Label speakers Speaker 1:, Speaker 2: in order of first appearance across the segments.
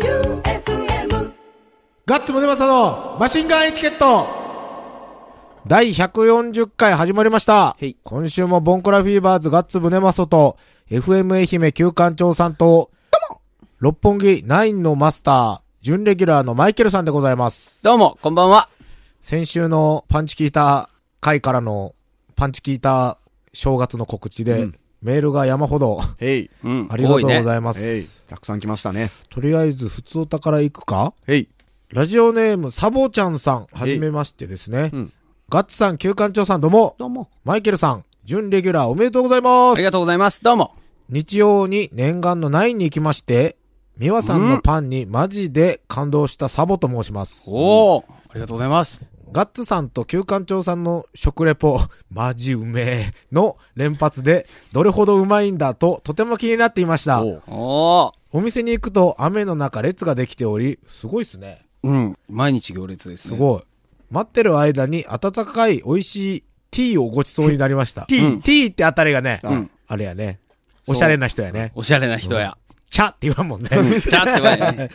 Speaker 1: J-O-E-U-F-M
Speaker 2: ガッツムネマサのマシンガンエチケット第140回始まりました
Speaker 3: へい。
Speaker 2: 今週もボンクラフィーバーズガッツムネマソと FM 愛媛旧館長さんと六本木ナインのマスター、準レギュラーのマイケルさんでございます。
Speaker 3: どうも、こんばんは。
Speaker 2: 先週のパンチ聞いた回からのパンチ聞いた正月の告知で、
Speaker 4: うん
Speaker 2: メールが山ほど
Speaker 4: へい。
Speaker 3: うん
Speaker 2: ありがとうご
Speaker 3: い
Speaker 2: ざいます。
Speaker 4: へい。たくさん来ましたね。
Speaker 2: とりあえず普通お宝行くか
Speaker 4: へい。
Speaker 2: ラジオネーム、サボちゃんさん、はじめましてですね。
Speaker 4: うん
Speaker 2: ガッツさん、旧館長さん、どうも。
Speaker 4: どうも。
Speaker 2: マイケルさん、準レギュラーおめでとうございま
Speaker 3: あ
Speaker 2: す
Speaker 3: り。がとうございます。どうも。
Speaker 2: 日曜に念願のナインに行きまして、美和さんのパンにマジで感動したサボと申します。
Speaker 3: おお、ありがとうございます。
Speaker 2: ガッツさんと旧館長さんの食レポ、 マジうめえの連発で、どれほどうまいんだととても気になっていました。
Speaker 4: おう
Speaker 3: おお、
Speaker 2: お店に行くと雨の中列ができており、すごいっすね。
Speaker 3: うん。毎日行列ですね。
Speaker 2: すごい。待ってる間に温かい美味しいティーをごちそうになりました。ティー、ティーってあたりがね、
Speaker 3: ん
Speaker 2: あれやね。おしゃれな人やね。
Speaker 3: おしゃれな人や。
Speaker 2: チャって言わんもんね。
Speaker 3: ちゃってばやね。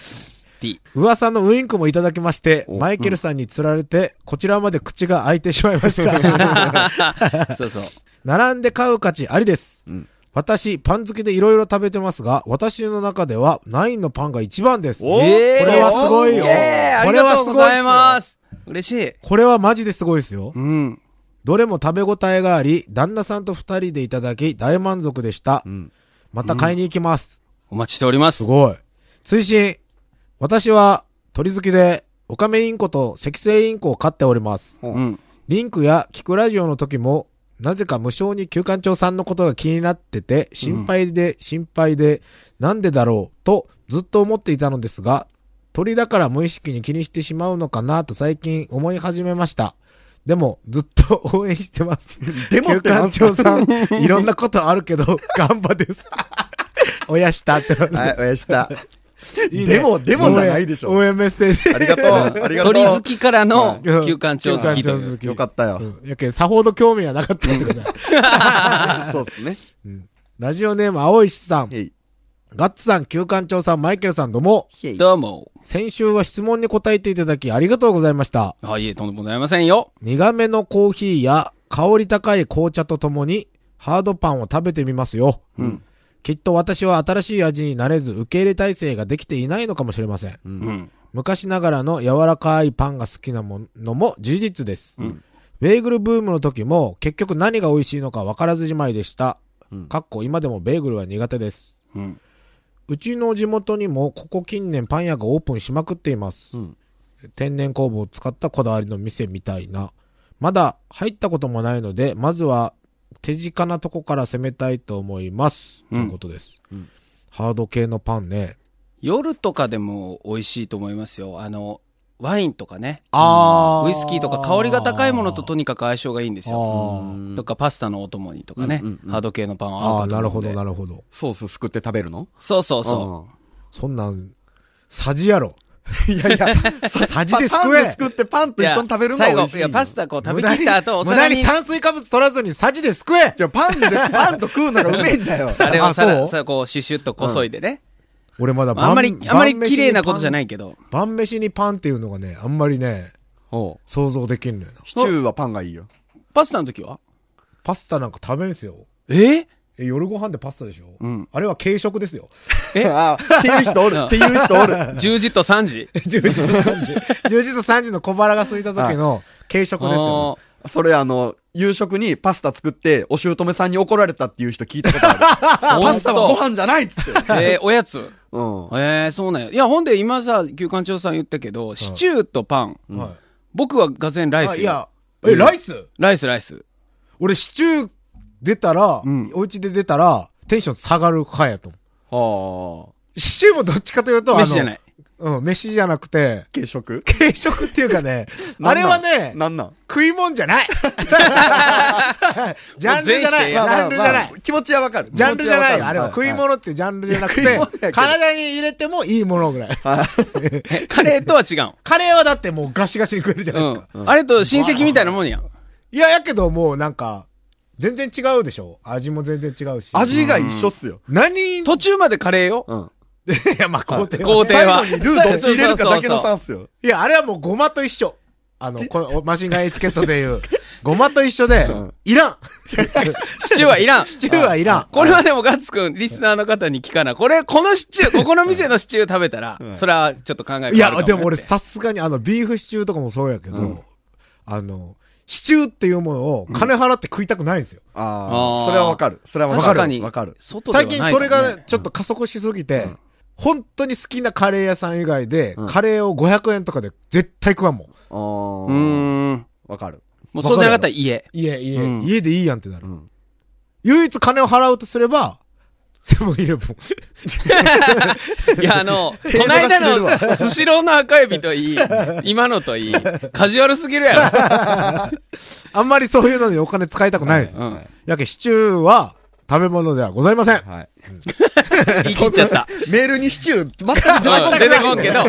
Speaker 3: D。
Speaker 2: 噂のウインクもいただきまして、マイケルさんに釣られて、こちらまで口が開いてしまいました。
Speaker 3: そう そう。
Speaker 2: 並んで買う価値ありです。私、パン好きでいろいろ食べてますが、私の中では、ナインのパンが一番です。
Speaker 4: お
Speaker 3: えー
Speaker 2: これはすごいよ
Speaker 3: イエーイあ
Speaker 2: こ
Speaker 3: り
Speaker 2: れ
Speaker 3: が
Speaker 2: は
Speaker 3: と
Speaker 2: す
Speaker 3: う
Speaker 2: ごい
Speaker 3: ございます。嬉しい。
Speaker 2: これはマジですごいですよ。
Speaker 3: うん。
Speaker 2: どれも食べ応えがあり、旦那さんと二人でいただき、大満足でした。
Speaker 4: ん
Speaker 2: また買いに行きます。
Speaker 3: お待ちしておりますす。
Speaker 2: ごい。追伸。私は鳥好きで、オカメインコと赤星インコを飼っております。
Speaker 4: う
Speaker 3: うん。
Speaker 2: リンクやキクラジオの時も、なぜか無性に休館長さんのことが気になってて、心配で心配で、なんでだろうとずっと思っていたのですが、鳥だから無意識に気にしてしまうのかなと最近思い始めました。でも、ずっと 応援してます。
Speaker 4: でもっ
Speaker 2: 休
Speaker 4: てなん
Speaker 2: 館
Speaker 4: だ
Speaker 2: 長さん、いろんなことあるけど、 頑張です。おやしたってなって
Speaker 4: はい、おや した。
Speaker 2: いいね
Speaker 4: でも、でもじゃないでし
Speaker 2: 応
Speaker 4: ょ。
Speaker 2: 援応援メッセージ。
Speaker 4: ありがとう。 ありがとう。
Speaker 3: 鳥好きからの
Speaker 2: うん
Speaker 3: 休館長好きという。
Speaker 2: 休
Speaker 4: よ
Speaker 2: 館
Speaker 4: かった
Speaker 2: 長
Speaker 4: よ。
Speaker 2: 好きうんやけんさほど興味はなかったってことだ。
Speaker 4: そうですね。
Speaker 2: ラジオネーム、青石さん。
Speaker 4: へい。
Speaker 2: ガッツさん、旧館長さん、マイケルさんどうも。
Speaker 4: へい。
Speaker 3: どうも。
Speaker 2: 先週は質問に答えていただきありがとうございました。
Speaker 3: あ、いえ、とんでもございませんよ。
Speaker 2: 苦めのコーヒーや香り高い紅茶とともに、ハードパンを食べてみますよ。
Speaker 3: うん。
Speaker 2: きっと私は新しい味になれず、受け入れ体制ができていないのかもしれません。
Speaker 3: うん。
Speaker 2: 昔ながらの柔らかいパンが好きなものも事実です、ベーグルブームの時も結局何が美味しいのか分からずじまいでした、
Speaker 4: うん
Speaker 2: かっこ今でもベーグルは苦手です
Speaker 3: うん。
Speaker 2: うちの地元にもここ近年パン屋がオープンしまくっています、
Speaker 4: うん
Speaker 2: 天然酵母を使ったこだわりの店みたいなまだ入ったこともないのでまずは手近なとこから攻めたいと思います、
Speaker 3: う
Speaker 2: とい
Speaker 3: ん
Speaker 2: うことです、ハード系のパンね
Speaker 3: 夜とかでも美味しいと思いますよ。あの、ワインとかね。
Speaker 2: あ
Speaker 3: ウイスキーとか香りが高いものととにかく相性がいいんです
Speaker 2: あ
Speaker 3: よ。とかパスタのお供にとかね、
Speaker 4: うんうんうん
Speaker 3: ハード系のパンは
Speaker 2: あ
Speaker 3: 合
Speaker 2: あ、
Speaker 3: うか
Speaker 2: なる
Speaker 3: と思
Speaker 2: ほ
Speaker 3: うんで
Speaker 2: ど、なるほど。
Speaker 4: ソースすくって食べるの
Speaker 3: そうそうそ
Speaker 2: そんなん、さじやろ。 いやいや、さじ
Speaker 4: パ
Speaker 2: で
Speaker 4: パン
Speaker 2: 救
Speaker 4: で
Speaker 2: え
Speaker 4: すくってパン
Speaker 3: う。
Speaker 4: と一緒に食べるのが
Speaker 3: 最
Speaker 4: 美
Speaker 3: 後
Speaker 4: 味し、い。
Speaker 3: いや、パスタこう食べきっ
Speaker 2: 無
Speaker 3: た
Speaker 2: 駄に
Speaker 3: 後、お
Speaker 2: 無駄
Speaker 3: 皿に
Speaker 2: に、炭水化物取らずにさじで救え
Speaker 4: じゃあパンで、パンと食うのがうめえんだよ。
Speaker 3: あれを
Speaker 2: あそ
Speaker 3: 皿、
Speaker 2: う
Speaker 3: さこうシュシュッとこそいでね。
Speaker 2: 俺まだ。
Speaker 3: あんまり、あんまり綺麗なことじゃないいけど。
Speaker 2: 晩飯にパンっていうのがね、あんまりね、
Speaker 4: おう
Speaker 2: 想像できんのよな。
Speaker 4: シチューはパンがいいよ。
Speaker 3: パスタの時は
Speaker 2: パスタなんか食べんすよ。
Speaker 3: え
Speaker 2: え、夜ご飯でパスタでしょ
Speaker 3: うん
Speaker 2: あれは軽食 ですよ。
Speaker 3: え
Speaker 4: ああ、っていう人おる。っていう人お る。
Speaker 3: ?10 時と3時
Speaker 2: 10時と3時。10時と3時の小腹が空いた時の軽食ですよ。
Speaker 4: それあの、夕食にパスタ作って、お姑さんに怒られたっていう人聞いたこと ある。パスタはご飯じゃないっつって。
Speaker 3: あーえーおやつ。
Speaker 4: うん。
Speaker 3: えー、そうなんや。いや、ほんで今さ、旧館長さん言ったけど、シチューとパン。
Speaker 2: はい
Speaker 3: 僕はがぜんライ
Speaker 2: あ
Speaker 3: ス
Speaker 2: い
Speaker 3: よ。
Speaker 2: や、え、ライス
Speaker 3: ライスライス。
Speaker 2: 俺シチュー出たら、
Speaker 3: うん
Speaker 2: お家で出たら、テンション下がる派やと思
Speaker 4: はあ。
Speaker 2: う。シチューもどっちかというと、あの
Speaker 3: 飯じゃない。。
Speaker 2: うん、飯じゃなくて、
Speaker 4: 軽食
Speaker 2: 軽食っていうか ね、あ
Speaker 4: なん
Speaker 2: れ
Speaker 4: なん
Speaker 2: はね、
Speaker 4: なんなん
Speaker 2: 食い物じゃない。ジャンルじゃない。ジ
Speaker 3: まあ
Speaker 2: ャンルじゃない。。
Speaker 4: 気持ちはわかる。
Speaker 2: ジャンルじゃないよ。あれは
Speaker 4: 気持
Speaker 2: 食
Speaker 4: ち
Speaker 2: い
Speaker 4: わかる。
Speaker 2: 物ってジャンルじゃなく
Speaker 4: いや食い物やけ
Speaker 2: て、
Speaker 4: ど
Speaker 2: 体に入れてもいいものぐらい。
Speaker 3: えカレーとは違うん。
Speaker 2: カレーはだってもうガシガシに食えるじゃないうですか。
Speaker 3: ん。あれと親戚みたいなもんやん。
Speaker 2: いや、やけどもうなんか、全然違うでしょ味も全然違うし。
Speaker 4: 味が一緒っすよ。
Speaker 2: 何
Speaker 3: 途中までカレーよ。
Speaker 4: うん。
Speaker 2: いや、まあ、工程は。
Speaker 3: 工程
Speaker 4: 最
Speaker 3: は。
Speaker 4: 後にルーどっち入れるかだけの差っすよ。
Speaker 2: いや、あれはもうゴマと一緒。あの、このマシンガンエチケットでいう、ゴマと一緒で、いらん
Speaker 3: シチューはいらん。シ
Speaker 2: チューはいらん。
Speaker 3: これはでもガッツくん、リスナーの方に聞かな。これ、このシチュー、ここの店のシチュー食べたら、それはちょっと考え変わ
Speaker 2: い
Speaker 3: るかも
Speaker 2: や、でも俺さすがにあの、ビーフシチューとかもそうやけど、あの、シチューっていうものを金払って食いたくないんですよ。
Speaker 4: あ
Speaker 3: あー
Speaker 4: あ。それはわかる。それはわか
Speaker 3: 確
Speaker 4: る。
Speaker 3: かに、
Speaker 4: わかる。
Speaker 3: 外では
Speaker 2: 最
Speaker 3: な
Speaker 2: 近
Speaker 3: いかもね
Speaker 2: それがちょっと加速しすぎて、本当に好きなカレー屋さん以外で、カレーを500円とかで絶対食わんもん。
Speaker 4: あー
Speaker 3: うーん。
Speaker 4: わかる。
Speaker 3: もうそうじゃなかったら家。
Speaker 2: いえいえ、
Speaker 3: うん
Speaker 2: 家でいいやんってなる。
Speaker 4: うん
Speaker 2: 唯一金を払うとすれば、 セブンイレブン。
Speaker 3: いや、あの、
Speaker 4: ー
Speaker 3: この間のスシローの赤エビといい、今のといい、カジュアルすぎるや
Speaker 2: あんまりそういうのにお金使いたくないです。
Speaker 3: ろ。うん。
Speaker 2: やけ、シチューは食べ物ではございません。
Speaker 4: はい。
Speaker 3: 言い切っちゃった。
Speaker 4: メールにシチュー、全く
Speaker 3: うん出てこんけど。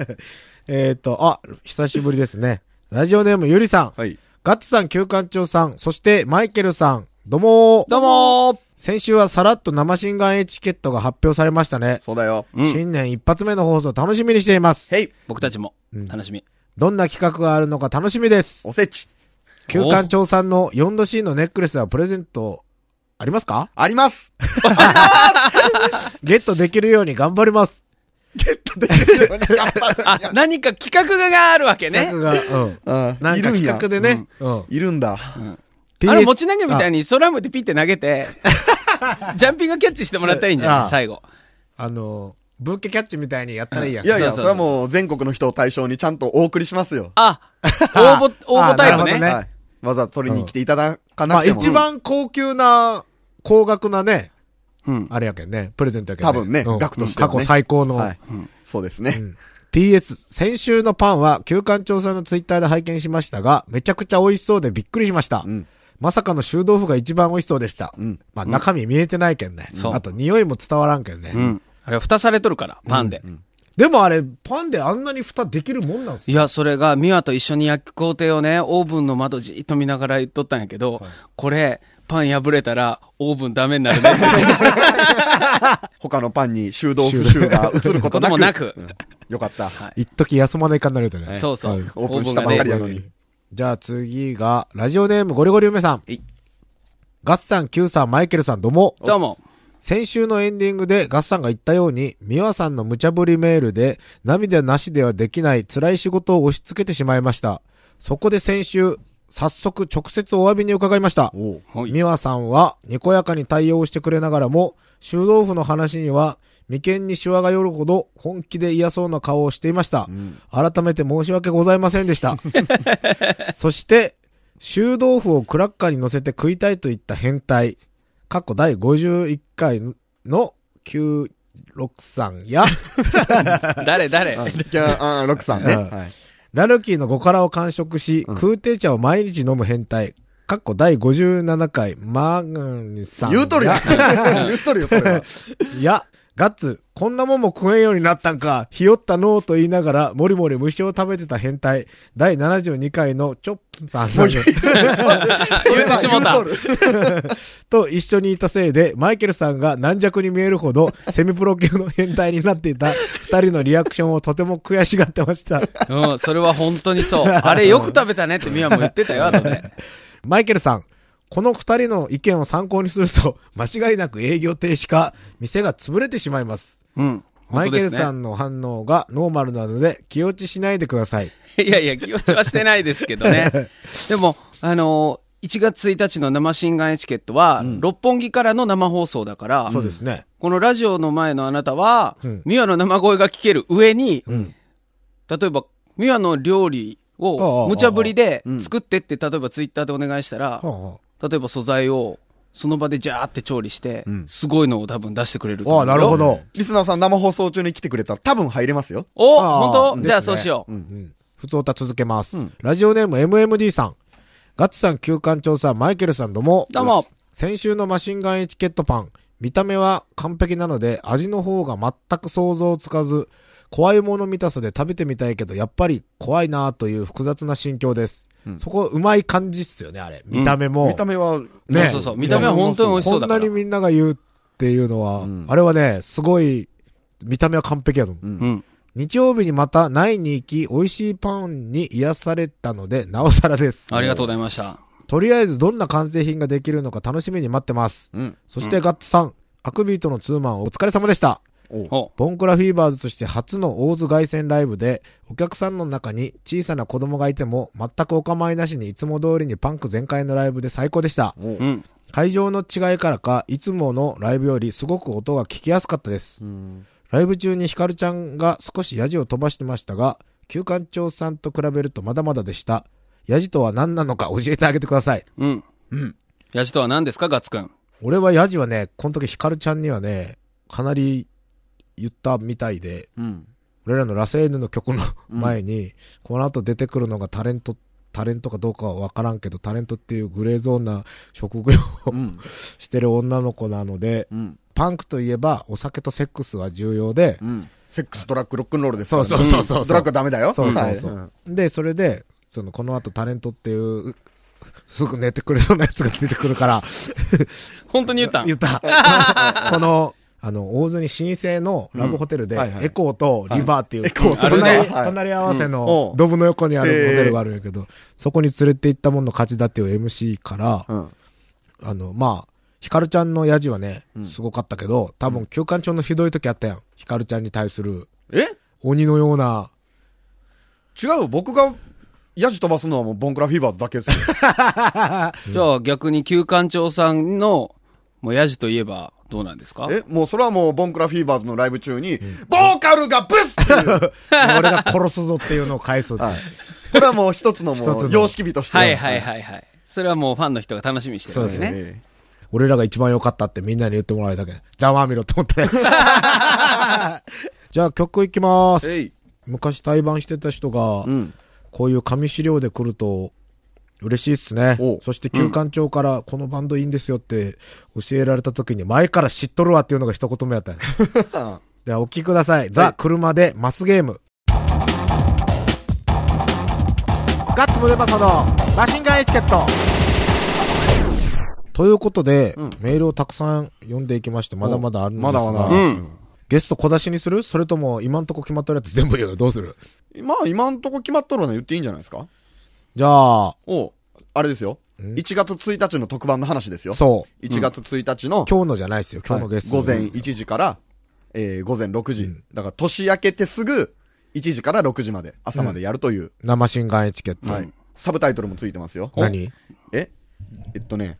Speaker 2: えっ、と、あ、久しぶりですね。ラジオネームゆりさん、
Speaker 4: はい。
Speaker 2: ガッツさん、旧館長さん、そしてマイケルさん、どうもー
Speaker 3: どうもー。
Speaker 2: 先週はさらっと生心眼エチケットが発表されましたね。
Speaker 4: そうだよ。
Speaker 3: うん
Speaker 2: 新年一発目の放送楽しみにしています。
Speaker 4: へい、
Speaker 3: 僕たちも、楽しみ。
Speaker 2: どんな企画があるのか楽しみです。
Speaker 4: おせち。
Speaker 2: 旧館長さんの 4°C のネックレスはプレゼントありますか
Speaker 4: あります。
Speaker 2: ゲットできるように頑張ります。
Speaker 3: あ、何か企画があるわけね。
Speaker 2: 企画が、うん。な
Speaker 4: な
Speaker 2: んか企画でね。うん。
Speaker 4: いるんだ。
Speaker 3: あの、持ち投げみたいに、空向いてピッて投げて、ジャンピングキャッチしてもらったらいいんじゃな
Speaker 2: あ
Speaker 3: い最後。
Speaker 2: あの、ブーケキャッチみたいにやったらいいやん。
Speaker 4: いやいや、
Speaker 3: そうそうそう
Speaker 4: それはもう全国の人を対象にちゃんとお送りしますよ。
Speaker 3: あ、応募、応募タイプ
Speaker 2: あなるほど
Speaker 3: ね。
Speaker 2: ね
Speaker 4: はい。わざわざ取りに来ていただ
Speaker 2: ま
Speaker 4: かな
Speaker 2: あ
Speaker 4: くても。
Speaker 2: 一番高級な、高額なね、
Speaker 3: うん。
Speaker 2: あれやけんね、プレゼントやけんね。
Speaker 4: 多分ね
Speaker 2: うん
Speaker 4: 額としてはね
Speaker 2: 過去最高の。
Speaker 4: はい。そうですね。
Speaker 2: PS、先週のパンは、休館長さんのツイッターで拝見しましたが、めちゃくちゃ美味しそうでびっくりしました。
Speaker 4: うん
Speaker 2: まさかの臭豆腐が一番美味しそうでした。
Speaker 4: ん
Speaker 2: まあ中身見えてないけんね。
Speaker 3: そう
Speaker 2: あと匂いも伝わらんけんね。
Speaker 3: うん。あれ、蓋されとるから、パンで。
Speaker 2: でもあれ、パンであんなに蓋できるもんなんす
Speaker 3: いや、それが、ミワと一緒に焼く工程をね、オーブンの窓じーっと見ながら言っとったんやけど、これ、パン破れたら、オーブンダメになるねって言って
Speaker 4: 他のパンに修道腐臭が映 ること
Speaker 3: こと
Speaker 4: な
Speaker 3: も
Speaker 4: く。
Speaker 3: なく
Speaker 4: うんよかった。
Speaker 2: 一時休まないかになるとね。
Speaker 3: たそうそ。
Speaker 2: はいう
Speaker 4: オープン
Speaker 3: ブ
Speaker 4: したばっかりやの
Speaker 3: ね
Speaker 4: に。
Speaker 2: じゃあ次が、ラジオネームゴリゴリ梅さん
Speaker 3: はい。
Speaker 2: ガッサン、キューさん、マイケルさん、どうも。
Speaker 3: どうも。
Speaker 2: 先週のエンディングでガッサンが言ったように、ミワさんの無茶ぶりメールで、涙なしではできない辛い仕事を押し付けてしまいました。そこで先週、早速直接お詫びに伺いました。
Speaker 4: おう
Speaker 3: はい
Speaker 2: 美和さんはにこやかに対応してくれながらも、修道府の話には眉間にシワが寄るほど本気で嫌そうな顔をしていました。改めて申し訳ございませんで した。そして、修道府をクラッカーに乗せて食いたいといった変態、過去第51回の963や、
Speaker 3: 誰誰
Speaker 4: いや、あー、ロックさんね。
Speaker 2: うん
Speaker 4: はい
Speaker 2: ラルキーの5辛を完食し、空挺茶を毎日飲む変態。かっこ第57回、マーガンさんが。
Speaker 4: 言うとるよ。言うとるよ、それは。
Speaker 2: いや、ガッツ、こんなもんも食えんようになったんか、ひよったのうと言いながら、もりもり虫を食べてた変態、第72回のチョップさん
Speaker 3: 言ってしもた
Speaker 4: 言うとる
Speaker 2: と一緒にいたせいで、マイケルさんが軟弱に見えるほど、セミプロ級の変態になっていた二人のリアクションをとても悔しがってました。
Speaker 3: うん、それは本当にそう。あれ、よく食べたねってミワも言ってたよ、後で。
Speaker 2: マイケルさん、この二人の意見を参考にすると、間違いなく営業停止か、店が潰れてしまいます。
Speaker 3: うん。
Speaker 2: マ
Speaker 3: 本
Speaker 2: イ
Speaker 3: 当
Speaker 2: ケ
Speaker 3: で
Speaker 2: ル
Speaker 3: すね
Speaker 2: さんの反応がノーマルなので、気落ちしないでください。
Speaker 3: いやいや、気落ちはしてないですけどね。でも、あのー、1月1日の生新眼エチケットは、六本木からの生放送だから、
Speaker 2: そうですね。
Speaker 3: このラジオの前のあなたは、
Speaker 2: うん
Speaker 3: ミワの生声が聞ける上に、例えば、ミワの料理
Speaker 2: ああ
Speaker 3: を無茶ぶりで作ってって、例えばツイッターでお願いしたら、
Speaker 2: は
Speaker 3: 例えば素材をその場でジャーって調理して、
Speaker 4: ん
Speaker 3: すごいのを多分出してくれると
Speaker 2: あ、あ
Speaker 3: 思
Speaker 2: あ
Speaker 3: うよ
Speaker 2: なるほ。ど。
Speaker 4: リスナーさん生放送中に来てくれたら多分入れますよ。
Speaker 3: お
Speaker 2: ああで
Speaker 3: 本
Speaker 2: す
Speaker 3: 当
Speaker 2: ね
Speaker 3: じゃあそうしよう。
Speaker 2: うん。普通歌続けます。ラジオネーム MMD さん。ガッツさん、旧館長さん、マイケルさん、どうも。
Speaker 3: どうも。
Speaker 2: 先週のマシンガンエチケットパン。見た目は完璧なので、味の方が全く想像つかず、怖いもの見たさで食べてみたいけど、やっぱり怖いなあという複雑な心境です。そこ、うまい感じっすよね、あれ。見た目も。
Speaker 4: 見た目は、
Speaker 2: ね
Speaker 3: そうそうそう見た目は本当に美味しそうだから
Speaker 2: こんなにみんなが言うっていうのは、あれはね、すごい見た目は完璧やと思う。
Speaker 3: うん。
Speaker 2: 日曜日にまた苗に行き、美味しいパンに癒されたので、なおさらです。
Speaker 3: ありがと
Speaker 2: う。
Speaker 3: うございました。
Speaker 2: とりあえずどんな完成品ができるのか楽しみに待ってます。
Speaker 4: うん。
Speaker 2: そしてガッツさん、アクビーとのツーマンお疲れ様でした。
Speaker 3: お
Speaker 2: ボンクラフィーバーズとして初の大津凱旋ライブで、お客さんの中に小さな子供がいても、全くお構いなしにいつも通りにパンク全開のライブで最高でした。
Speaker 3: うん。
Speaker 2: 会場の違いからか、いつものライブよりすごく音が聞きやすかったです。ライブ中にヒカルちゃんが少しヤジを飛ばしてましたが、旧館長さんと比べるとまだまだでした。ヤジとは何なのか教えてあげてください。
Speaker 3: うん。うん。ヤジとは何ですか、ガッツくん。
Speaker 2: 俺はヤジはね、この時ヒカルちゃんにはね、かなり言ったみたいで、
Speaker 4: うん。
Speaker 2: 俺らのラセーヌの曲の前に、この後出てくるのがタレント、タレントかどうかはわからんけど、タレントっていうグレーゾーンな職業を
Speaker 4: うん。
Speaker 2: してる女の子なので、
Speaker 4: うん。
Speaker 2: パンクといえばお酒とセックスは重要で、
Speaker 4: うん。セックス、ドラッグ、ロックンロールですか
Speaker 2: そ
Speaker 4: ら
Speaker 2: う
Speaker 4: ね。
Speaker 2: そうそうそう。
Speaker 4: ドラッグはダメだよ。
Speaker 2: そうそうそう。
Speaker 4: はい
Speaker 2: で、それで、その、この後タレントっていう、すぐ寝てくれそうなやつが出てくる から、
Speaker 3: 本当に言ったん
Speaker 2: 言った。この、あの、大津に新生のラブホテルで、
Speaker 4: うんはいはい
Speaker 2: エコーとリバーっていう、
Speaker 4: エコー
Speaker 3: とリバー
Speaker 2: 隣
Speaker 4: はい
Speaker 2: 隣り合わせ
Speaker 4: う
Speaker 2: の
Speaker 4: ん
Speaker 2: ドブの横にあるホテルがあるんやけど、そこに連れて行ったもんの勝ちだっていう MC から、
Speaker 4: うん。
Speaker 2: あの、まあ、ヒカルちゃんのヤジはね、すごかったけど、多分、休館長のひどい時あったやん。ヒカルちゃんに対する、
Speaker 4: え
Speaker 2: 鬼のよう な、
Speaker 4: 違う、僕が、ヤジ飛ばすのはもうボンクラフィーバーだけですよ。
Speaker 3: じゃあ逆に旧館長さんの、もうヤジといえばどうなんですか
Speaker 4: えもうそれはもうボンクラフィーバーズのライブ中に、ボーカルがブスっていう。
Speaker 2: 俺が殺すぞっていうのを返すっていう。
Speaker 4: はいこれはもう一つの
Speaker 2: 一つ
Speaker 4: も
Speaker 2: の
Speaker 4: う、様式美として。
Speaker 3: はいはいはいはい。それはもうファンの人が楽しみにしてるんです
Speaker 2: そうです
Speaker 3: ね。
Speaker 4: ね。
Speaker 2: 俺らが一番良かったってみんなに言ってもらえたけん。ざまあみろと思って。 じゃあ曲いきます。
Speaker 4: えい。
Speaker 2: 昔対バンしてた人が、
Speaker 4: ん
Speaker 2: こういう紙資料で来ると嬉しいっすね
Speaker 4: お。
Speaker 2: そして旧館長からこのバンドいいんですよって教えられた時に前から知っとるわっていうのが一言目やったね。ではお聴きください。ザ・車でマスゲーム。ガッツムデパソのマシンガンエチケットということで、メールをたくさん読んでいきまして、まだまだあるんですが、
Speaker 4: まだまだ
Speaker 3: う。
Speaker 4: うん
Speaker 2: ゲスト小出しにするそれとも今んとこ決まってるやつ全部言うどうする
Speaker 4: まあ今んとこ決まっとるのは言っていいんじゃないですか
Speaker 2: じゃあ、
Speaker 4: おうあれですよ。1月1日の特番の話ですよ。
Speaker 2: そう。
Speaker 4: 1月1日の、
Speaker 2: 今日のじゃないですよ。今日の
Speaker 4: はい
Speaker 2: ゲストの
Speaker 4: 午前
Speaker 2: ゲスト
Speaker 4: 1時から、えー午前6時。だから年明けてすぐ、1時から6時まで、朝までやるという、
Speaker 2: 生心眼エチケット。
Speaker 4: はいサブタイトルもついてますよ。
Speaker 2: 何
Speaker 4: ええっとね、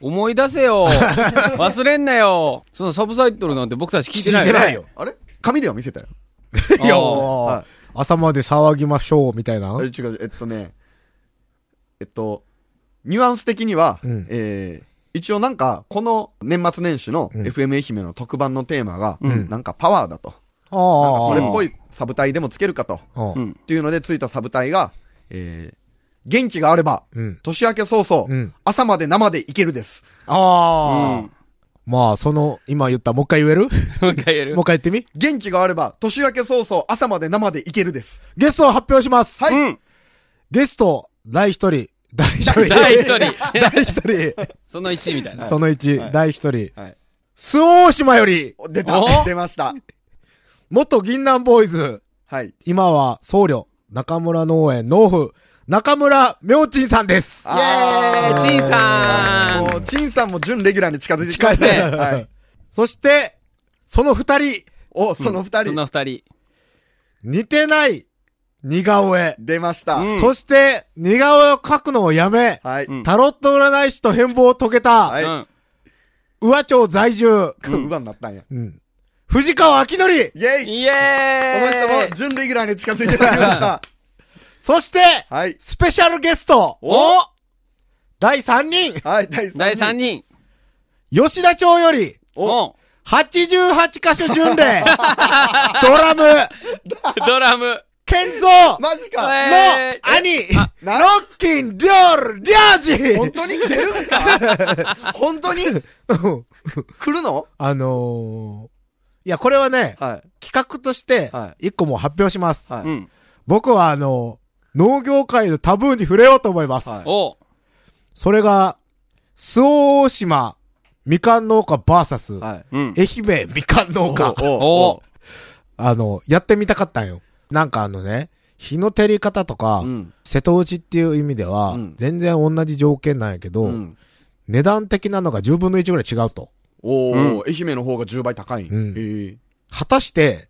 Speaker 3: 思い出せよ。忘れんなよ。そのサブサイトルなんて僕たち聞いてないよね。
Speaker 2: よ。
Speaker 4: あれ紙では見せたよ。
Speaker 3: あー
Speaker 2: よ、
Speaker 4: はい
Speaker 2: 朝まで騒ぎましょうみたいな。
Speaker 4: あれ違う、えっとね、えっと、ニュアンス的には、
Speaker 2: うん
Speaker 4: えー一応なんか、この年末年始の FM 愛媛の特番のテーマが、なんかパワーだと。なんか
Speaker 2: あ
Speaker 4: そ
Speaker 2: あ。
Speaker 4: れっぽいサブタイでもつけるかと。
Speaker 2: うん
Speaker 3: うん
Speaker 4: っていうのでついたサブタイが、えー元気があれば、
Speaker 2: うん
Speaker 4: 年明け早々、
Speaker 2: うん
Speaker 4: 朝まで生でいけるです。
Speaker 2: ああ、まあ、その、今言った、もう一回言えるもう
Speaker 3: もう一回やる
Speaker 2: 一。回言ってみ
Speaker 4: 元気があれば、年明け早々、朝まで生でいけるです。
Speaker 2: ゲストを発表します。
Speaker 4: はい
Speaker 3: うん。
Speaker 2: ゲスト、第一人、第一 人。
Speaker 3: 第一人。
Speaker 2: 第一人。
Speaker 3: その1位みたいな。
Speaker 2: その1、第一人。
Speaker 4: はい
Speaker 2: 周防大島より、
Speaker 4: お出
Speaker 3: お
Speaker 4: た。出ました。
Speaker 2: 元銀杏ボーイズ、
Speaker 4: はい。
Speaker 2: 今は僧侶、中村農園、農夫、中村明珍さんです。
Speaker 3: イエーイ、チンさ
Speaker 4: も
Speaker 3: ん。
Speaker 4: う、陳さんも準レギュラーに近づいてきました
Speaker 2: 近
Speaker 4: ね。
Speaker 2: いね
Speaker 4: はい。
Speaker 2: そして、その二人、
Speaker 4: お、その二
Speaker 3: そ
Speaker 4: 人、
Speaker 3: の2人。
Speaker 2: 似てない、似顔絵。
Speaker 4: 出ました。
Speaker 3: うん
Speaker 2: そして、似顔絵を描くのをやめ、
Speaker 4: はい。
Speaker 3: うん
Speaker 2: タロット占い師と変貌を遂げた、
Speaker 4: はい
Speaker 3: うん。
Speaker 2: 宇和町在住、
Speaker 4: うわになったんや。
Speaker 2: うん藤川明則、
Speaker 4: イェイ
Speaker 3: イエ
Speaker 4: この人
Speaker 3: ーイ
Speaker 4: も準レギュラーに近づいてまいり ました。
Speaker 2: そして、
Speaker 4: はい。
Speaker 2: スペシャルゲスト、
Speaker 3: お
Speaker 2: 第3人、
Speaker 4: はい、第3人。
Speaker 3: 第3人。
Speaker 2: 吉田町より、
Speaker 3: お
Speaker 2: 88箇所巡 礼、ドラム、
Speaker 3: ドラム。
Speaker 2: 健三の
Speaker 4: マジか。
Speaker 3: えー
Speaker 2: 兄、
Speaker 4: な
Speaker 2: ロッキン、リョル、リャ
Speaker 4: 本
Speaker 2: ージ
Speaker 4: 当に出るん か本当に
Speaker 2: うん
Speaker 4: 来るの
Speaker 2: あのー、いや、これはね、
Speaker 4: はい。
Speaker 2: 企画として
Speaker 4: は、
Speaker 2: 一個もう発表します。
Speaker 4: はい
Speaker 3: うん。
Speaker 2: 僕はあの、農業界のタブーに触れようと思います。
Speaker 4: はい
Speaker 3: お
Speaker 2: それが、周防大島みかん農家バーサス、
Speaker 4: はい。
Speaker 3: うん。
Speaker 2: 愛媛みかん農家。
Speaker 4: お
Speaker 3: お
Speaker 2: あの、やってみたかったんよ。なんかあのね、日の照り方とか、
Speaker 3: うん
Speaker 2: 瀬戸内っていう意味では、
Speaker 4: うん
Speaker 2: 全然同じ条件なんやけど、
Speaker 4: うん。
Speaker 2: 値段的なのが10分の1ぐらい違うと。
Speaker 4: お
Speaker 3: う
Speaker 4: ー、愛媛の方が10倍高いん。
Speaker 2: うん
Speaker 4: へえ
Speaker 2: 果たして、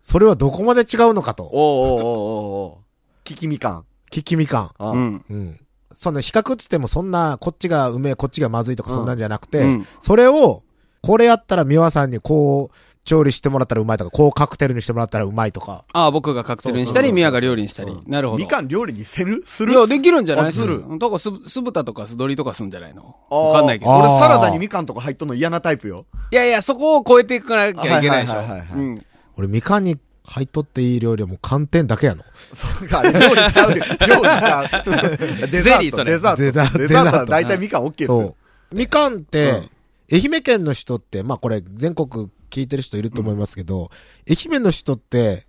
Speaker 2: それはどこまで違うのかと。
Speaker 4: おーおーおーおーおー。聞きみかん。
Speaker 2: 聞きみか
Speaker 4: あ
Speaker 3: う。ん。
Speaker 2: ん。うん。その比較っつってもそんな、こっちがうめえ、こっちがまずいとか
Speaker 4: うん
Speaker 2: そんなんじゃなくて、
Speaker 3: うん
Speaker 2: それを、これやったら美和さんにこう、調理してもらったらうまいとか、こうカクテルにしてもらったらうまいとか。
Speaker 3: ああ、僕がカクテルにした
Speaker 4: そうそうそうそ
Speaker 3: り、
Speaker 4: う
Speaker 3: ミヤが料理にしたり
Speaker 4: そう。
Speaker 3: なるほど。
Speaker 4: みかん料理にせるす
Speaker 3: い
Speaker 4: る
Speaker 3: や、できるんじゃない
Speaker 4: あする
Speaker 3: うんだからす、酢豚とか酢鶏とかすんじゃないの
Speaker 4: あー
Speaker 3: わかんないけど。
Speaker 2: あー
Speaker 4: 俺サラダにみかんとか入っとんの嫌なタイプよ。
Speaker 3: いやいや、そこを超えていかなきゃいけないでしょ。
Speaker 4: はいはいはいはい
Speaker 3: うん
Speaker 2: 俺、みかんに入っとっていい料理はもう寒天だけやの。
Speaker 4: そうか、料理ちゃうよ。料理ちゃう。デ
Speaker 3: ゼリ
Speaker 4: ザー
Speaker 3: ー
Speaker 4: ト、
Speaker 3: それ
Speaker 4: デザート。
Speaker 2: デ
Speaker 4: デ
Speaker 2: ザ
Speaker 4: ザ
Speaker 2: ート
Speaker 4: ートは大体みかん OK ですよ
Speaker 2: そ。う。みかんって、
Speaker 4: うん
Speaker 2: 愛媛県の人って、まあこれ全国聞いてる人いると思いますけど、愛媛の人って、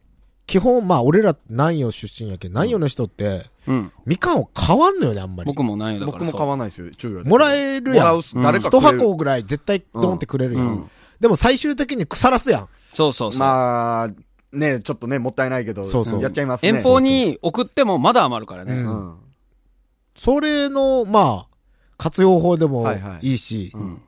Speaker 2: 基本まあ俺ら南陽出身やけど、南陽の人って、
Speaker 3: うん。
Speaker 2: みかんを買わんのよね、あんまり。
Speaker 3: 僕もないよ、だから
Speaker 4: 僕
Speaker 3: そう。
Speaker 4: も買わないですよ、中央
Speaker 2: もらえるやん
Speaker 4: もらうっす、
Speaker 3: うん
Speaker 4: 誰かく
Speaker 2: 一
Speaker 4: れる
Speaker 2: 箱ぐらい絶対ドンってくれるやん。
Speaker 3: うん
Speaker 2: でも最終的に腐らすやん。
Speaker 3: そうそうそう。
Speaker 4: まあ、ね、ちょっとね、もったいないけど、
Speaker 2: そうそう
Speaker 4: やっちゃいますね。
Speaker 3: 遠方に送ってもまだ余るからね。
Speaker 2: う
Speaker 4: うんん、
Speaker 2: それの、まあ、活用法でも
Speaker 4: はいはい
Speaker 2: いいし、
Speaker 3: うん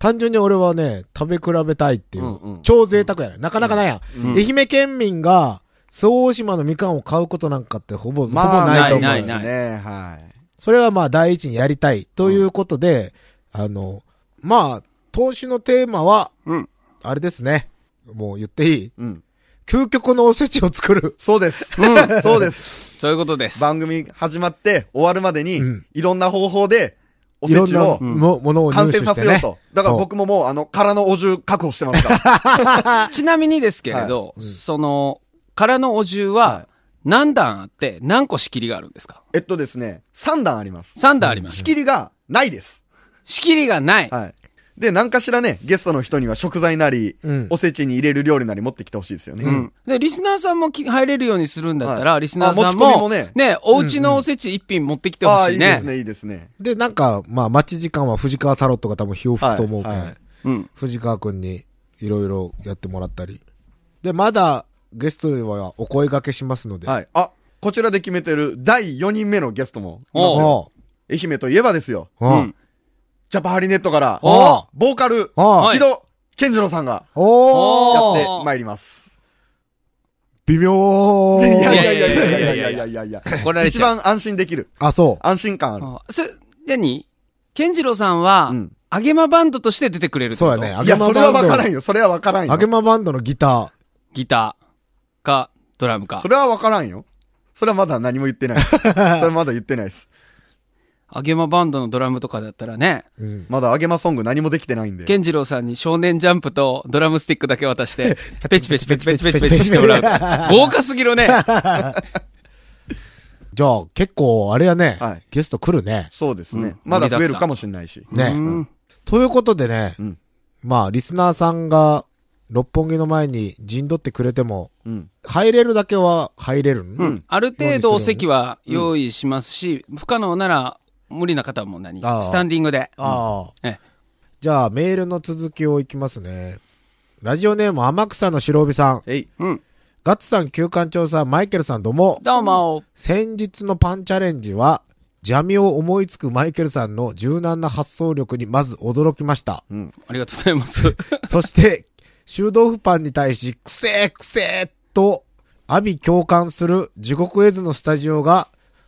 Speaker 2: 単純に俺はね、食べ比べたいっていう、
Speaker 4: うんうん
Speaker 2: 超贅沢やね。なかなかないやん。
Speaker 3: うん
Speaker 2: 愛媛県民が、総大島のみかんを買うことなんかってほぼ、
Speaker 4: まあ、
Speaker 2: ほぼないと思う。
Speaker 3: ないない
Speaker 4: ですね、はい。
Speaker 2: それはまあ第一にやりたいということで、あの、まあ、投資のテーマは、
Speaker 3: うん。
Speaker 2: あれですね。もう言っていい
Speaker 4: うん。
Speaker 2: 究極のおせちを作る。
Speaker 4: そうです。うん、そうです。
Speaker 3: そういうことです。
Speaker 4: 番組始まって終わるまでに、
Speaker 2: うん
Speaker 4: いろんな方法で、お
Speaker 2: い
Speaker 4: せ
Speaker 2: ろん
Speaker 4: ち
Speaker 2: な
Speaker 4: を
Speaker 2: もものを入
Speaker 4: 完
Speaker 2: 手
Speaker 4: 成さ
Speaker 2: して
Speaker 4: せよ
Speaker 2: ね
Speaker 4: う。と。だから僕ももう、あの、空のお重確保してま すから。
Speaker 3: ちなみにですけれど、その、空のお重は、何段あって、何個仕切りがあるんですか
Speaker 4: えっとですね、3段あります。
Speaker 3: ?3 段あります
Speaker 4: 仕。切りがないです。
Speaker 3: 仕切りがない。
Speaker 4: はい。で、何かしらね、ゲストの人には食材なり、
Speaker 2: うん
Speaker 4: おせちに入れる料理なり持ってきてほしいですよね。
Speaker 3: うん。で、リスナーさんもき入れるようにするんだったら、
Speaker 4: はい
Speaker 3: リスナーさん
Speaker 4: あ持ち込み
Speaker 3: も、
Speaker 4: も
Speaker 3: ね
Speaker 4: ね、
Speaker 3: お家のおせち一品持ってきて
Speaker 4: あ
Speaker 3: ほ
Speaker 4: あ、
Speaker 3: し
Speaker 4: い
Speaker 3: い
Speaker 4: いです
Speaker 3: ね。
Speaker 4: ね、いいですね。
Speaker 2: で、なんか、まあ、待ち時間は藤川太郎とか多分火を吹くと思うけん、
Speaker 4: はいはい
Speaker 3: うん。
Speaker 2: 藤川くんにいろいろやってもらったり。で、まだ、ゲストではお声掛けしますので。
Speaker 4: はい。あ、こちらで決めてる第4人目のゲストも、
Speaker 3: おう
Speaker 2: おう
Speaker 4: 愛媛といえばですよ、
Speaker 2: おう
Speaker 3: うん
Speaker 4: ジャパハリネットから、
Speaker 2: おう
Speaker 4: ボーカル、
Speaker 2: おう
Speaker 3: はい
Speaker 4: 木戸健次郎さんが
Speaker 2: お
Speaker 4: や
Speaker 2: う
Speaker 4: ってまいります。
Speaker 2: 微妙
Speaker 4: いやい
Speaker 3: や
Speaker 4: や
Speaker 3: いや
Speaker 4: いや
Speaker 3: いや
Speaker 4: いや
Speaker 3: い
Speaker 4: い
Speaker 3: や
Speaker 4: や
Speaker 3: い
Speaker 4: い
Speaker 3: やいやいや
Speaker 4: やいやいやいやいや。
Speaker 3: 怒られ
Speaker 4: 一
Speaker 3: ちゃう。
Speaker 4: 番安心できる。
Speaker 2: あ、そう。
Speaker 4: 安心感ある。
Speaker 3: あす、何健次郎さんは、
Speaker 4: うん
Speaker 3: アゲマバンドとして出てくれるって
Speaker 2: そ
Speaker 3: こ
Speaker 2: う
Speaker 3: と
Speaker 2: やね。。ア
Speaker 4: い
Speaker 2: ゲ
Speaker 4: や、そ
Speaker 2: マ
Speaker 4: れは
Speaker 2: バン
Speaker 4: わから
Speaker 2: ド
Speaker 4: ん。よ。それはわからん
Speaker 2: アゲ
Speaker 4: よ。
Speaker 2: マバンドのギタ
Speaker 3: ギターか、ドラムか
Speaker 4: そ。れはわからんよ。それはまだ何も言ってない。それはまだ言ってないです。
Speaker 3: アゲマバンドのドラムとかだったらね、
Speaker 2: ー。うん。
Speaker 4: まだあげまソング何もできてないんで。
Speaker 3: 健次郎さんに少年ジャンプとドラムスティックだけ渡して、ペチペチペチペチペチペチしてもらう。豪華すぎるね。
Speaker 2: じゃあ、結構、あれやね、
Speaker 4: はい
Speaker 2: ゲスト来るね。
Speaker 4: そうですね。
Speaker 3: うん
Speaker 4: まだ増
Speaker 3: 盛りだく
Speaker 4: える
Speaker 3: さん
Speaker 4: かもしれないし。
Speaker 2: ね
Speaker 3: うん
Speaker 2: ということでね、
Speaker 4: うん
Speaker 2: まあ、リスナーさんが、六本木の前に陣取ってくれても、
Speaker 4: うん。
Speaker 2: 入れるだけは入れるん、
Speaker 3: うんある程度お席は用意しますし、不可能なら無理な方も何
Speaker 2: ああ
Speaker 3: スタンディングで。
Speaker 2: ああ、
Speaker 3: ええ
Speaker 2: じゃあ、メールの続きをいきますね。ラジオネーム、天草の白帯さん。
Speaker 4: えい。
Speaker 3: うん。
Speaker 2: ガッツさん、旧館長さん、マイケルさん、どうも。
Speaker 3: どうも。
Speaker 2: 先日のパンチャレンジは、ジャミを思いつくマイケルさんの柔軟な発想力にまず驚きました。
Speaker 4: うん。
Speaker 3: ありがとうございます。
Speaker 2: そして、修道腐パンに対し、くせえくせえと、阿鼻共感する地獄絵図のスタジオが、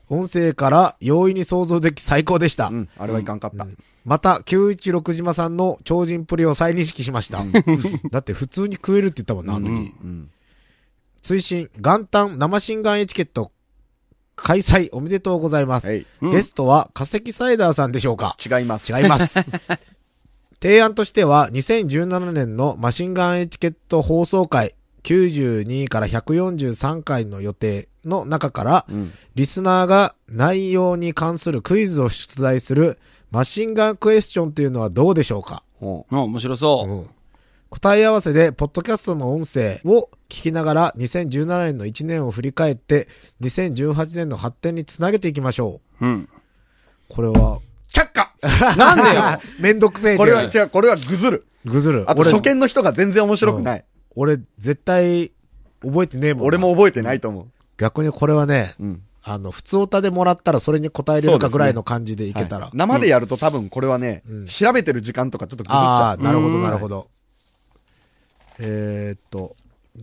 Speaker 2: 音声から容易に想像でき最高でした。
Speaker 4: うん。あれはいかんかった。
Speaker 2: また、916島さんの超人プリを再認識しました。 だって普通に食えるって言ったもんな、あの時。
Speaker 4: うん。
Speaker 2: 追伸元旦生心眼エチケット開催おめでとうございます。
Speaker 4: はい。
Speaker 3: うん
Speaker 2: ゲストは化石サイダーさんでしょうか
Speaker 4: 違います。
Speaker 2: 違い ます。提案としては、2017年のマシンガンエチケット放送回92から143回の予定の中から、
Speaker 4: うん。
Speaker 2: リスナーが内容に関するクイズを出題するマシンガンクエスチョンというのはどうでしょうか
Speaker 4: ほ
Speaker 3: うん面白そう。
Speaker 2: うん答え合わせで、ポッドキャストの音声を聞きながら、2017年の1年を振り返って、2018年の発展につなげていきましょう。
Speaker 3: うん。
Speaker 2: これ は、
Speaker 4: う却下
Speaker 3: なんでよ
Speaker 2: めんどくせえ
Speaker 4: これは
Speaker 2: け
Speaker 4: 違う、これはぐずる。
Speaker 2: ど、ぐずる。
Speaker 4: あと
Speaker 2: 俺
Speaker 4: 初見の人が全然面白くない。
Speaker 2: 俺、絶対、覚えてねえもんな
Speaker 4: 俺も覚えてないと思
Speaker 2: 逆にこれはね、
Speaker 4: う。うん。
Speaker 2: あの、普通歌でもらったらそれに答えれるかぐらいの感じでいけたら。
Speaker 4: はい生でやると多分これはね
Speaker 2: うん、
Speaker 4: 調べてる時間とかちょっとぐずっち
Speaker 2: あ
Speaker 4: ゃ
Speaker 2: あ、
Speaker 4: う。
Speaker 2: なるほど、
Speaker 3: うん
Speaker 2: なるほど。えー、っと、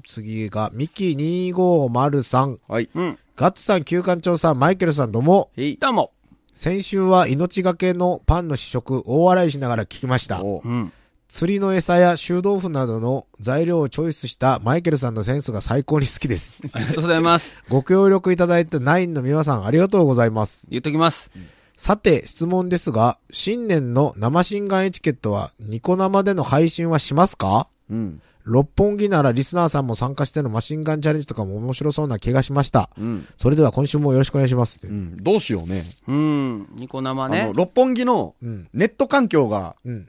Speaker 2: 次が、ミキ250さん、
Speaker 4: はい。
Speaker 3: うん。
Speaker 2: ガッツさん、旧館長さん、マイケルさんどうも、
Speaker 3: どうも。
Speaker 2: 先週は命がけのパンの試食、大笑いしながら聞きました。
Speaker 4: おう
Speaker 3: うん。
Speaker 2: 釣りの餌や臭豆腐などの材料をチョイスしたマイケルさんのセンスが最高に好きです。
Speaker 3: ありがとうございます。
Speaker 2: ご協力いただいたナインの皆さんありがとうございます。
Speaker 3: 言っときます。
Speaker 2: さて、質問ですが、新年の生新眼エチケットはニコ生での配信はしますか
Speaker 4: うん。
Speaker 2: 六本木ならリスナーさんも参加してのマシンガンチャレンジとかも面白そうな気がしました。
Speaker 4: うん。
Speaker 2: それでは今週もよろしくお願いしますって。
Speaker 4: うん。どうしようね。
Speaker 3: うん。ニコ生
Speaker 4: あ
Speaker 3: ね
Speaker 4: の、。六本木の
Speaker 2: うん。
Speaker 4: ネット環境が
Speaker 2: うん。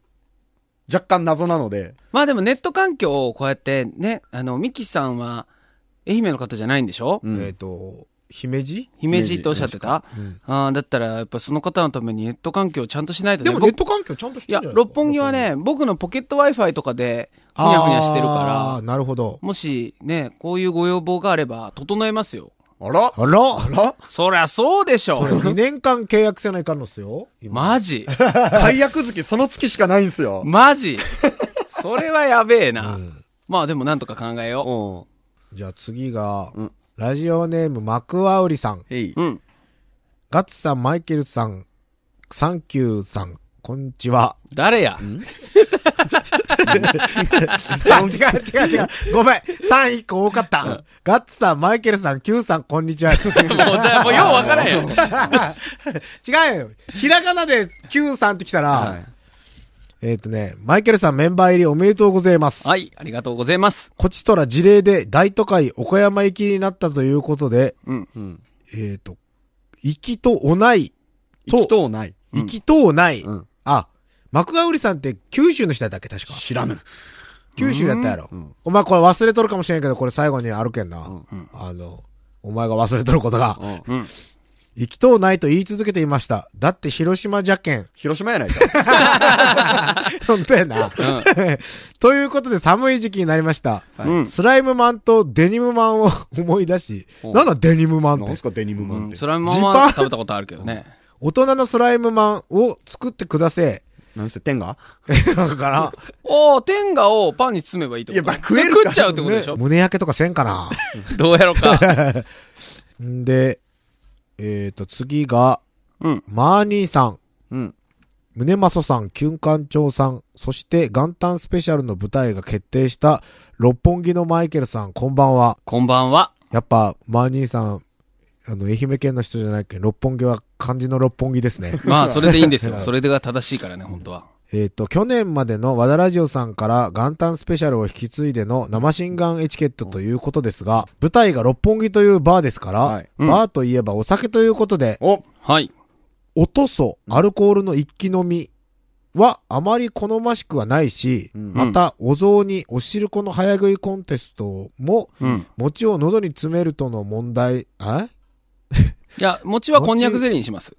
Speaker 4: 若干謎なので、
Speaker 3: まあでもネット環境をこうやってね、あの、ミキさんは愛媛の方じゃないんでしょ
Speaker 4: うん
Speaker 2: えっ、と、姫路
Speaker 3: 姫路っておっしゃってた、
Speaker 2: うん
Speaker 3: ああ、だったらやっぱその方のためにネット環境をちゃんとしないとね。
Speaker 2: でもネッ
Speaker 3: 僕
Speaker 2: ト環境ちゃんとしてる
Speaker 3: いや、
Speaker 2: んじゃないですか
Speaker 3: 六本木は、ね、僕のポケット Wi-Fi とかで、ふにゃふにゃしてる
Speaker 2: あー
Speaker 3: から、
Speaker 2: なるほど。
Speaker 3: もしね、こういうご要望があれば、整えますよ。
Speaker 4: あら
Speaker 2: あら
Speaker 4: あら
Speaker 3: そりゃそうでしょ
Speaker 2: これ2年間契約せないかんのっすよ。今
Speaker 3: マジ
Speaker 4: 解約月その月しかないんすよ。
Speaker 3: マジそれはやべえな。
Speaker 2: うん
Speaker 3: まあでもなんとか考えよ。。
Speaker 4: うん。
Speaker 2: じゃあ次が、
Speaker 4: うん
Speaker 2: ラジオネーム、マクアウリさん、
Speaker 4: へいう
Speaker 3: うん。
Speaker 2: ガッツさん、マイケルさん、サンキューさん、こんにちは。
Speaker 3: 誰や
Speaker 2: 違う違う違う。ごめん。3一個多かった。ガッツさん、マイケルさん、キューさん、こんにちは。
Speaker 3: もうだ、もうようわから へんよ。
Speaker 2: 違うよ。ひらがなでキューさんって来たら、
Speaker 4: はい
Speaker 2: えっ、とね、マイケルさんメンバー入りおめでとうございます。
Speaker 3: はい、ありがとうございます。
Speaker 2: こちとら事例で大都会岡山行きになったということで、
Speaker 3: うん。
Speaker 4: うん。
Speaker 2: えっ、と、行きとおない、
Speaker 4: 行きとうない。
Speaker 2: 行きとおない、
Speaker 4: うん
Speaker 2: あ、マクガウリさんって九州の人やったっけ確か。
Speaker 4: 知らぬ。
Speaker 2: 九州やったやろ。
Speaker 4: ん
Speaker 2: お前これ忘れとるかもしれんけど、これ最後にあるけんな。
Speaker 3: うん
Speaker 2: あの、お前が忘れとることが、
Speaker 4: うん。
Speaker 3: うん。
Speaker 2: 行きとうないと言い続けていました。だって広島じゃけ ん。
Speaker 4: 広島やないか。
Speaker 2: 本当やな。 ということで寒い時期になりました。
Speaker 3: うん。
Speaker 2: スライムマンとデニムマンを思い出し、
Speaker 4: うん
Speaker 2: なんだデニムマンっ
Speaker 4: なん
Speaker 2: て
Speaker 4: す。かデニムマ
Speaker 3: う
Speaker 4: ンっ
Speaker 3: ん、
Speaker 4: て。
Speaker 3: それはまあまあ食べたことあるけどね。
Speaker 2: 大人のスライムマンを作ってくだせ え。
Speaker 4: なんせ天が
Speaker 2: だから、
Speaker 3: おお天下をパンに包めばいいってこと
Speaker 4: いやまあ食えるか
Speaker 3: それ食っちゃうってことでしょ、
Speaker 2: ね胸焼けとかせんかな。
Speaker 3: どうやろう か。
Speaker 2: んで、えっ、と、次が、
Speaker 3: うん。
Speaker 2: マーニーさん。
Speaker 4: うん。
Speaker 2: 胸マソさん、キュンカン長さん、そして元旦スペシャルの舞台が決定した六本木のマイケルさん、こんばんは。
Speaker 3: こんばんは。。
Speaker 2: やっぱ、マーニーさん、あの、愛媛県の人じゃないけど、六本木は漢字の六本木ですね
Speaker 3: まあ、それでいいんですよ。それが正しいからね、本当は。
Speaker 2: えっと、去年までの和田ラジオさんから元旦スペシャルを引き継いでの生心眼エチケットということですが、舞台が六本木というバーですから、
Speaker 4: はい
Speaker 3: うん
Speaker 2: バーといえばお酒ということで、
Speaker 4: お
Speaker 3: はい。
Speaker 2: おとそ、アルコールの一気飲みはあまり好ましくはないし、
Speaker 4: うん
Speaker 2: また、お雑煮、お汁粉の早食いコンテストも、
Speaker 3: うん。
Speaker 2: 餅を喉に詰めるとの問題、え
Speaker 3: いや、餅はこんにゃくゼリーにします。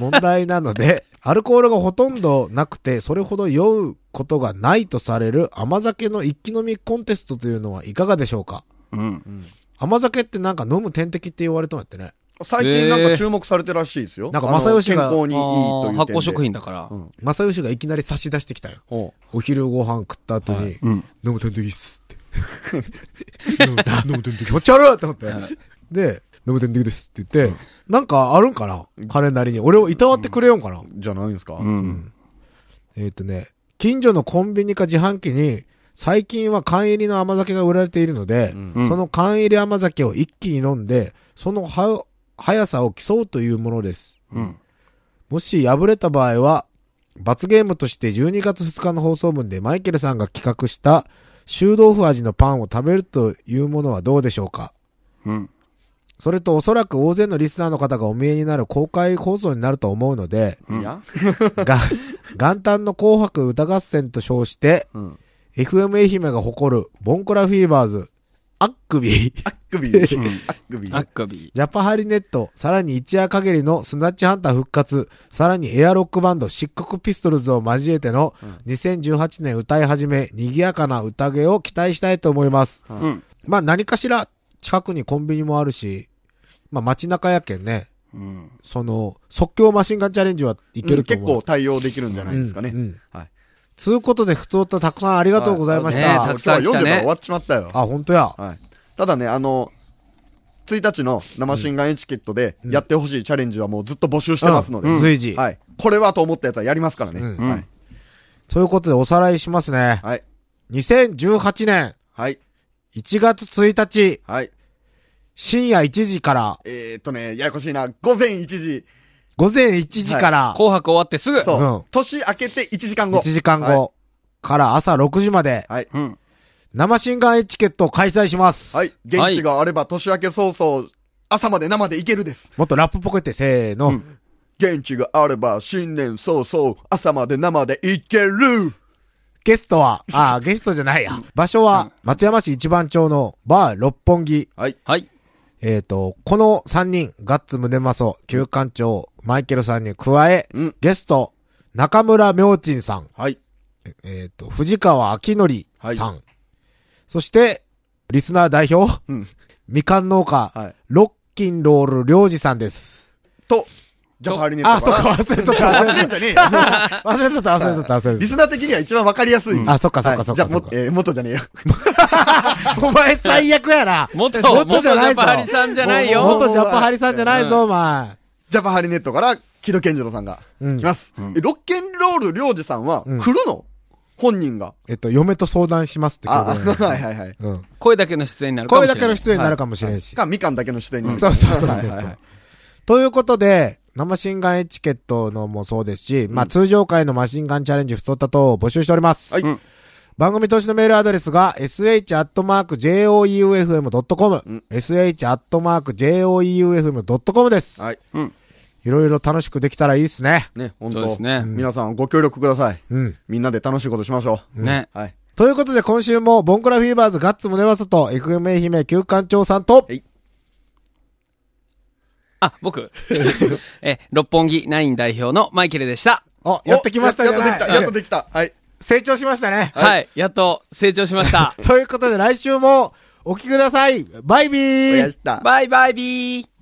Speaker 2: 問題なので、 アルコールがほとんどなくて、それほど酔うことがないとされる甘酒の一気飲みコンテストというのはいかがでしょうか
Speaker 3: うん。
Speaker 2: 甘酒ってなんか飲む点滴って言われたんやってね。
Speaker 4: 最近なんか注目されてるらしいですよ。
Speaker 2: なんか
Speaker 4: あの
Speaker 2: 正義が
Speaker 4: 健康にいいと
Speaker 3: あ
Speaker 4: い
Speaker 3: ー
Speaker 4: う
Speaker 3: 発酵食
Speaker 4: 品。
Speaker 3: 品だから。
Speaker 4: うん
Speaker 2: 正義がいきなり差し出してきたよ。
Speaker 4: おう
Speaker 2: お昼ご飯食った後に、
Speaker 3: うん。
Speaker 2: 飲む点滴っすって。飲む飲む点滴。気持ち悪いと思って。で、飲む点滴ですって言って、なんかあるんかな彼なりに。俺をいたわってくれよんかな、
Speaker 4: じゃないんですか
Speaker 3: うん。
Speaker 2: えっ、とね、近所のコンビニか自販機に、最近は缶入りの甘酒が売られているので、
Speaker 3: うん
Speaker 2: その缶入り甘酒を一気に飲んで、そのは速さを競うというものです。
Speaker 3: うん。
Speaker 2: もし敗れた場合は、罰ゲームとして12月2日の放送分でマイケルさんが企画した、臭豆腐味のパンを食べるというものはどうでしょうか
Speaker 3: うん。
Speaker 2: それとおそらく大勢のリスナーの方がお見えになる公開放送になると思うの で、
Speaker 4: いや
Speaker 2: が、元旦の紅白歌合戦と称して、
Speaker 4: うん。
Speaker 2: FM 愛媛が誇るボンクラフィーバーズ、アックビー、
Speaker 4: あっくび。あっくび。
Speaker 3: アッカビ
Speaker 2: ジャパハリネット、さらに一夜限りのスナッチハンター復活、さらにエアロックバンド、漆黒ピストルズを交えての2018年歌い始め、賑やかな宴を期待したいと思います。
Speaker 3: ー。うん。
Speaker 2: まあ何かしら近くにコンビニもあるし、まあ街中やけんね、
Speaker 3: うん。
Speaker 2: その即興マシンガンチャレンジはいけ
Speaker 4: うん
Speaker 2: ると
Speaker 4: 結
Speaker 2: 思う。
Speaker 4: 構対応できるんじゃないですかね。
Speaker 2: うんうん
Speaker 4: はい。
Speaker 2: つうことで、ふとたたくさんありがとうございまし
Speaker 3: ね
Speaker 2: た。
Speaker 3: たくさん来たね
Speaker 4: 今日は読んでたら終わっちまったよ。
Speaker 2: あ、本当や。
Speaker 4: はい。ただね、あの、1日の生シンガンエチケットでやってほしいチャレンジはもうずっと募集してますので。
Speaker 2: うん随時。
Speaker 4: はい。これはと思ったやつはやりますからね。
Speaker 2: うん
Speaker 4: はい。
Speaker 2: ということで、おさらいしますね。
Speaker 4: はい。
Speaker 2: 2018年
Speaker 4: はい。
Speaker 2: 1月1日、
Speaker 4: はい。
Speaker 2: 深夜1時から、
Speaker 4: えーっとね、ややこしいな。午前1時。
Speaker 2: 午前1時から、
Speaker 3: 紅白終わってすぐ。
Speaker 4: そう。
Speaker 2: うん
Speaker 4: 年明けて1時間後。
Speaker 2: 1時間後、
Speaker 4: は
Speaker 2: から朝6時まで、
Speaker 4: い。はい。
Speaker 3: うん。
Speaker 2: 生シンガンエチケットを開催します。
Speaker 4: はい。元気があれば年明け早々、朝まで生でいけるです。
Speaker 2: もっとラップっぽく言って、せーの。
Speaker 4: 元気があれば新年早々、朝まで生でいける。
Speaker 2: ゲストは、あー、ゲストじゃないや。場所は、松山市一番町のバー六本木。
Speaker 4: はい。
Speaker 3: はい。
Speaker 2: えっ、と、この3人、ガッツムネマソ、旧館長、マイケルさんに加え、
Speaker 4: うん
Speaker 2: ゲスト、中村明珍さん、
Speaker 4: はい。
Speaker 2: えっ、と、藤川明則さん、
Speaker 4: は
Speaker 2: そして、リスナー代表、
Speaker 4: うん
Speaker 2: みかん農家、
Speaker 4: はい
Speaker 2: ロッキンロール良二さんです。
Speaker 4: と、ジャパハリネッ
Speaker 2: あ、
Speaker 4: ト
Speaker 2: そっ
Speaker 4: か
Speaker 2: か、
Speaker 4: ら。
Speaker 2: 忘れとった、忘れと
Speaker 4: 忘れん
Speaker 2: っ
Speaker 4: じゃねえよ。
Speaker 2: た、忘れとった、忘れとった、忘れと
Speaker 4: リ
Speaker 2: っ
Speaker 4: スナー的には一番わかりやすい。
Speaker 2: んあそっかそっか
Speaker 4: はい
Speaker 2: そっか
Speaker 4: じゃあ、
Speaker 2: そ
Speaker 4: も
Speaker 2: っ、か
Speaker 4: えー元じゃねえよ。
Speaker 2: た。お前最悪やな。
Speaker 3: 元、
Speaker 2: 元
Speaker 3: 元
Speaker 2: じ
Speaker 3: ジ
Speaker 2: ゃない
Speaker 3: ャ
Speaker 2: ぞ
Speaker 3: パハリさんじゃない
Speaker 4: もうも
Speaker 3: よ。
Speaker 4: う
Speaker 2: 元ジャパハリさんじゃないぞ、お前。
Speaker 4: ジャパハリネットから、木戸健次郎さんが、
Speaker 2: うん
Speaker 4: 来ます。えロッケンロール領事さんは、
Speaker 2: うん
Speaker 4: 来るの本人が。
Speaker 2: えっと、嫁と相談しますって
Speaker 4: あ、あ
Speaker 2: 聞いて
Speaker 4: はいはいはい。
Speaker 2: うん。
Speaker 3: 声だけの出演になるかも
Speaker 2: 声
Speaker 3: し
Speaker 2: だ
Speaker 3: れない。
Speaker 2: けの出演になるかもしれんし。
Speaker 4: か、みかんだけの視点に。
Speaker 2: そうそうそうそうそう、
Speaker 4: はいはいはい
Speaker 2: ということで、生シンガンエチケットのもそうですし、まあ通常回のマシンガンチャレンジ太った等を募集しております。
Speaker 4: はい
Speaker 3: うん
Speaker 2: 番組投資のメールアドレスが sh.joeufm.com、
Speaker 4: うん
Speaker 2: sh.joeufm.com です、
Speaker 4: はい。
Speaker 3: うん。
Speaker 2: い。ろいろ楽しくできたらいいですね。
Speaker 4: ね、本
Speaker 3: そうで
Speaker 4: 当
Speaker 3: すね
Speaker 4: 皆さんご協力ください。
Speaker 2: うん。
Speaker 4: みんなで楽しいことしましょう。
Speaker 3: ね。
Speaker 4: はい。
Speaker 2: ということで今週も、ボンクラフィーバーズガッツムネマソと、FM 愛媛旧館長さんと
Speaker 4: は、い
Speaker 3: あ、 僕。え、六本木ナイン代表のマイケルでした。
Speaker 2: あ、やってきました
Speaker 4: や
Speaker 2: じ
Speaker 4: っ
Speaker 2: ゃ
Speaker 4: と
Speaker 2: ない
Speaker 4: できた。やっとできた。はい。
Speaker 2: 成長しましたね。
Speaker 3: はい。やっと成長し ました。
Speaker 2: ということで来週もお聞きください。バイビー
Speaker 4: おやした。
Speaker 3: バイバイビー。